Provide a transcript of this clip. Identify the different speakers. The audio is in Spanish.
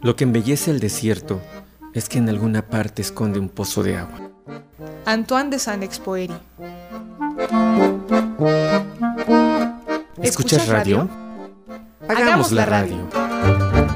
Speaker 1: Lo que embellece el desierto es que en alguna parte esconde un pozo de agua.
Speaker 2: Antoine de Saint-Exupéry.
Speaker 1: ¿Escuchas radio?
Speaker 2: Hagamos la radio.